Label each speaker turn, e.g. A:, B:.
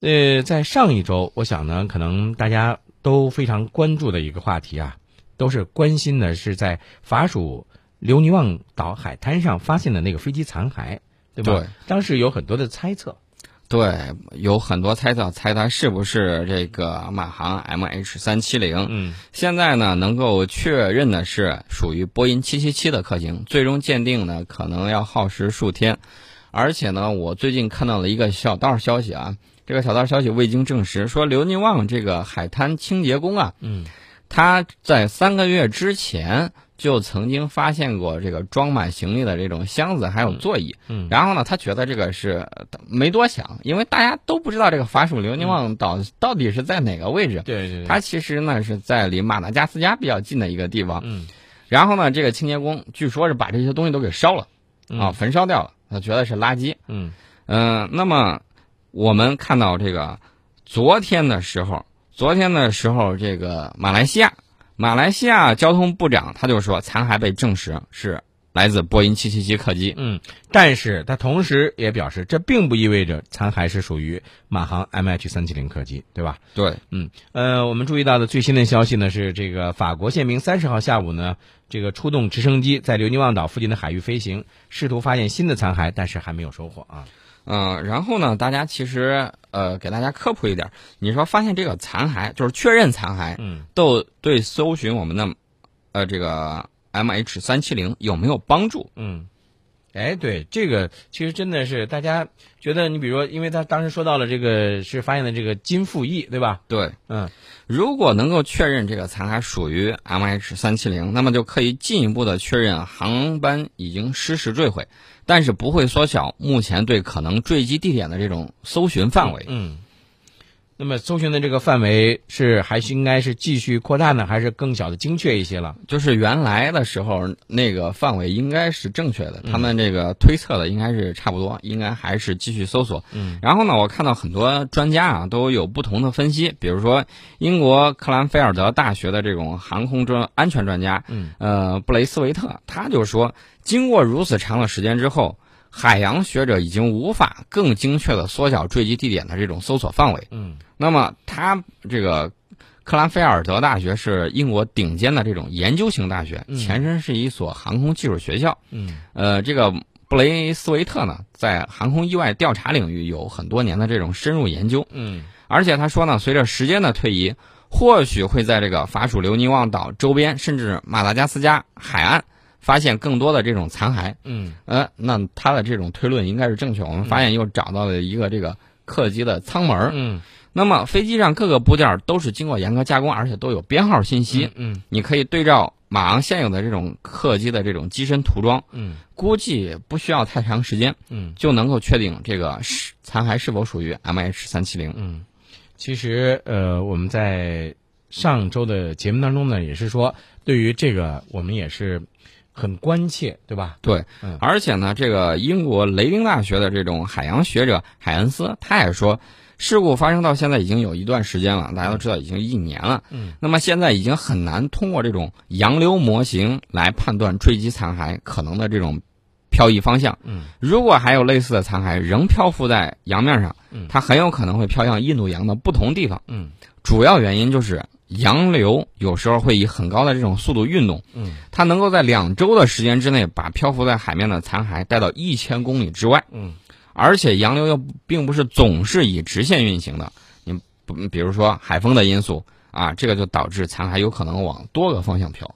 A: 呃，在上一周，我想呢，可能大家都非常关注的一个话题啊，都是关心的是在法属留尼旺岛海滩上发现的那个飞机残骸，对吧？
B: 对
A: 当时有很多的猜测，
B: 对，有很多猜测，猜它是不是这个马航 MH 三七零。
A: 嗯，
B: 现在呢，能够确认的是属于波音七七七的克星，最终鉴定呢可能要耗时数天。而且呢，我最近看到了一个小道消息啊，这个小道消息未经证实，说留尼旺这个海滩清洁工啊，
A: 嗯，
B: 他在三个月之前就曾经发现过这个装满行李的这种箱子还有座椅，
A: 嗯
B: 然后呢，他觉得这个是呃没多想，因为大家都不知道这个法属留尼旺岛到底是在哪个位置。
A: 对嗯对
B: 它其实呢是在离马达加斯加比较近的一个地方，
A: 嗯
B: 然后呢，这个清洁工据说是把这些东西都给烧了啊，焚烧掉了，他觉得是垃圾。
A: 嗯
B: 嗯、那么我们看到这个昨天的时候，昨天的时候，这个马来西亚，马来西亚交通部长他就说，残骸被证实是来自波音777客机。
A: 嗯，但是他同时也表示，这并不意味着残骸是属于马航 MH 三七零客机，对吧？
B: 对，
A: 呃，我们注意到的最新的消息呢是，这个法国宪兵三十号下午呢，这个出动直升机在留尼旺岛附近的海域飞行，试图发现新的残骸，但是还没有收获啊。
B: 嗯、然后呢，大家其实呃，给大家科普一点儿，你说发现这个残骸，就是确认残骸，
A: 嗯，
B: 都对搜寻我们的呃这个 MH 三七零有没有帮助？
A: 嗯，哎，对，这个其实真的是大家觉得，你比如说，因为他当时说到了这个是发现了这个金复翼，对吧？
B: 对，
A: 嗯
B: 如果能够确认这个残骸属于 MH 三七零，那么就可以进一步的确认航班已经失事坠毁，但是不会缩小目前对可能坠机地点的这种搜寻范围。
A: 嗯。那么搜寻的这个范围是还是应该是继续扩大呢，还是更小的精确一些了？
B: 就是原来的时候那个范围应该是正确的，他们这个推测的应该是差不多，应该还是继续搜索。
A: 嗯，
B: 然后呢，我看到很多专家啊都有不同的分析，比如说英国克兰菲尔德大学的这种航空专安全专家，
A: 嗯，
B: 呃，布雷斯维特，他就说，经过如此长的时间之后。海洋学者已经无法更精确地缩小坠机地点的这种搜索范围，
A: 嗯
B: 那么，他这个克兰菲尔德大学是英国顶尖的这种研究型大学，
A: 嗯
B: 前身是一所航空技术学校。
A: 嗯
B: 呃，这个布雷斯维特呢，在航空意外调查领域有很多年的这种深入研究，
A: 嗯
B: 而且他说呢，随着时间的推移，或许会在这个法属留尼旺岛周边，甚至马达加斯加海岸发现更多的这种残骸。
A: 嗯
B: 呃，那他的这种推论应该是正确。我们发现又找到了一个这个客机的舱门儿。
A: 嗯，
B: 那么飞机上各个部件都是经过严格加工，而且都有编号信息。
A: 嗯
B: 你可以对照马航现有的这种客机的这种机身涂装，
A: 嗯
B: 估计不需要太长时间
A: 嗯。
B: 就能够确定这个是残骸是否属于 MH 三七零。
A: 嗯，其实呃，我们在上周的节目当中呢，也是说，对于这个我们也是很关切，对吧？
B: 对
A: 嗯，
B: 而且呢，这个英国雷丁大学的这种海洋学者海恩斯，他也说，事故发生到现在已经有一段时间了，大家都知道已经一年了。
A: 嗯，
B: 那么现在已经很难通过这种洋流模型来判断坠机残骸可能的这种漂移方向。
A: 嗯，
B: 如果还有类似的残骸仍漂浮在洋面上
A: 嗯，
B: 它很有可能会飘向印度洋的不同地方。
A: 嗯
B: 主要原因就是洋流有时候会以很高的这种速度运动，
A: 嗯
B: 它能够在两周的时间之内把漂浮在海面的残骸带到一千公里之外，
A: 嗯
B: 而且洋流又不并不是总是以直线运行的，你不比如说海风的因素啊，这个就导致残骸有可能往多个方向飘。